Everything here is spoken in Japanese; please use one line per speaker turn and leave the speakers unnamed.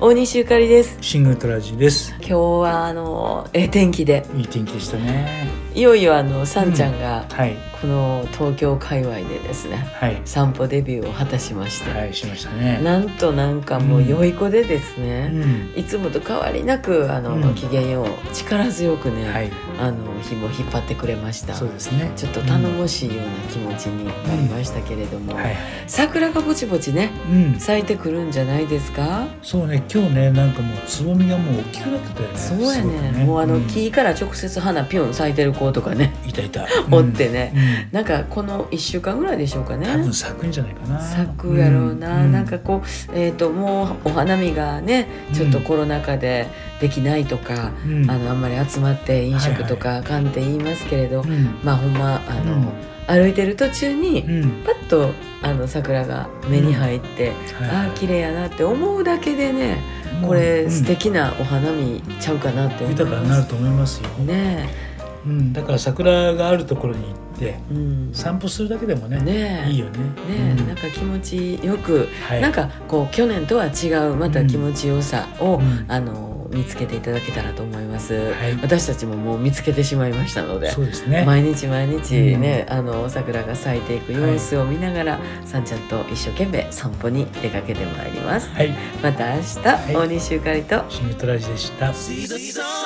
大西ゆかりです
シングルトラジーです。
今日はあのええ天気で
いい天気でしたね。
いよいよあのさんちゃんが
はい。
この東京界隈でですね
はい。
散歩デビューを果たしまして、
はい、しましたね。
なんとなんかもう良い子でです
う
ね、
ん。
いつもと変わりなくあの、
うん
機嫌を力強くね、
はい。
あの紐を引っ張ってくれました
そうですね。
ちょっと頼もしいような気持ちになりましたけれども、
うん。はい。
桜がぼちぼちね
うん。
咲いてくるんじゃないですか、
そうね、今日ね、なんかもうつぼみがもう大きくなってたよね。
そうや
すごく
ねもうあの
ん
木から直接花ピョン咲いてる子とかね、
いたいた。
折ってね
うん。
なんかこの1週間ぐらいでしょうかね
多分咲くんじゃないかな。
咲くやろうな、
う
なんか。こう、えー、ともうお花見がねちょっと
うん
コロナ禍でできないとか、
うん。
あのあんまり集まって飲食とかあかんって言いますけれど、
うん。
まあほんまあの、歩いてる途中に、
うん。
パッとあの桜が目に入って、ああ
は
綺麗やなって思うだけでね
い。
これ
うん
素。敵なお花見ちゃうかなって
うん
思い
豊かに
ま
なる
す。
と思いますよ。
ね
うん。だから桜があるところに行って
え、うん、
散歩するだけでもね、
ねえ
いいよね。
ねえ
うん
なんか気持ちよく、
はい。
なんかこう去年とは違うまた気持ちよさを、
うん
あの見つけていただけたらと思います、
はい
私たちももう見つけてしまいましたので
そうですね。
毎日毎日ね、あの桜が咲いていく様子を見ながら、さんちゃんと一生懸命散歩に出かけてまいります
はい、
また明日、
い
大西ゆかりと
シングトラジでした。
Season, season.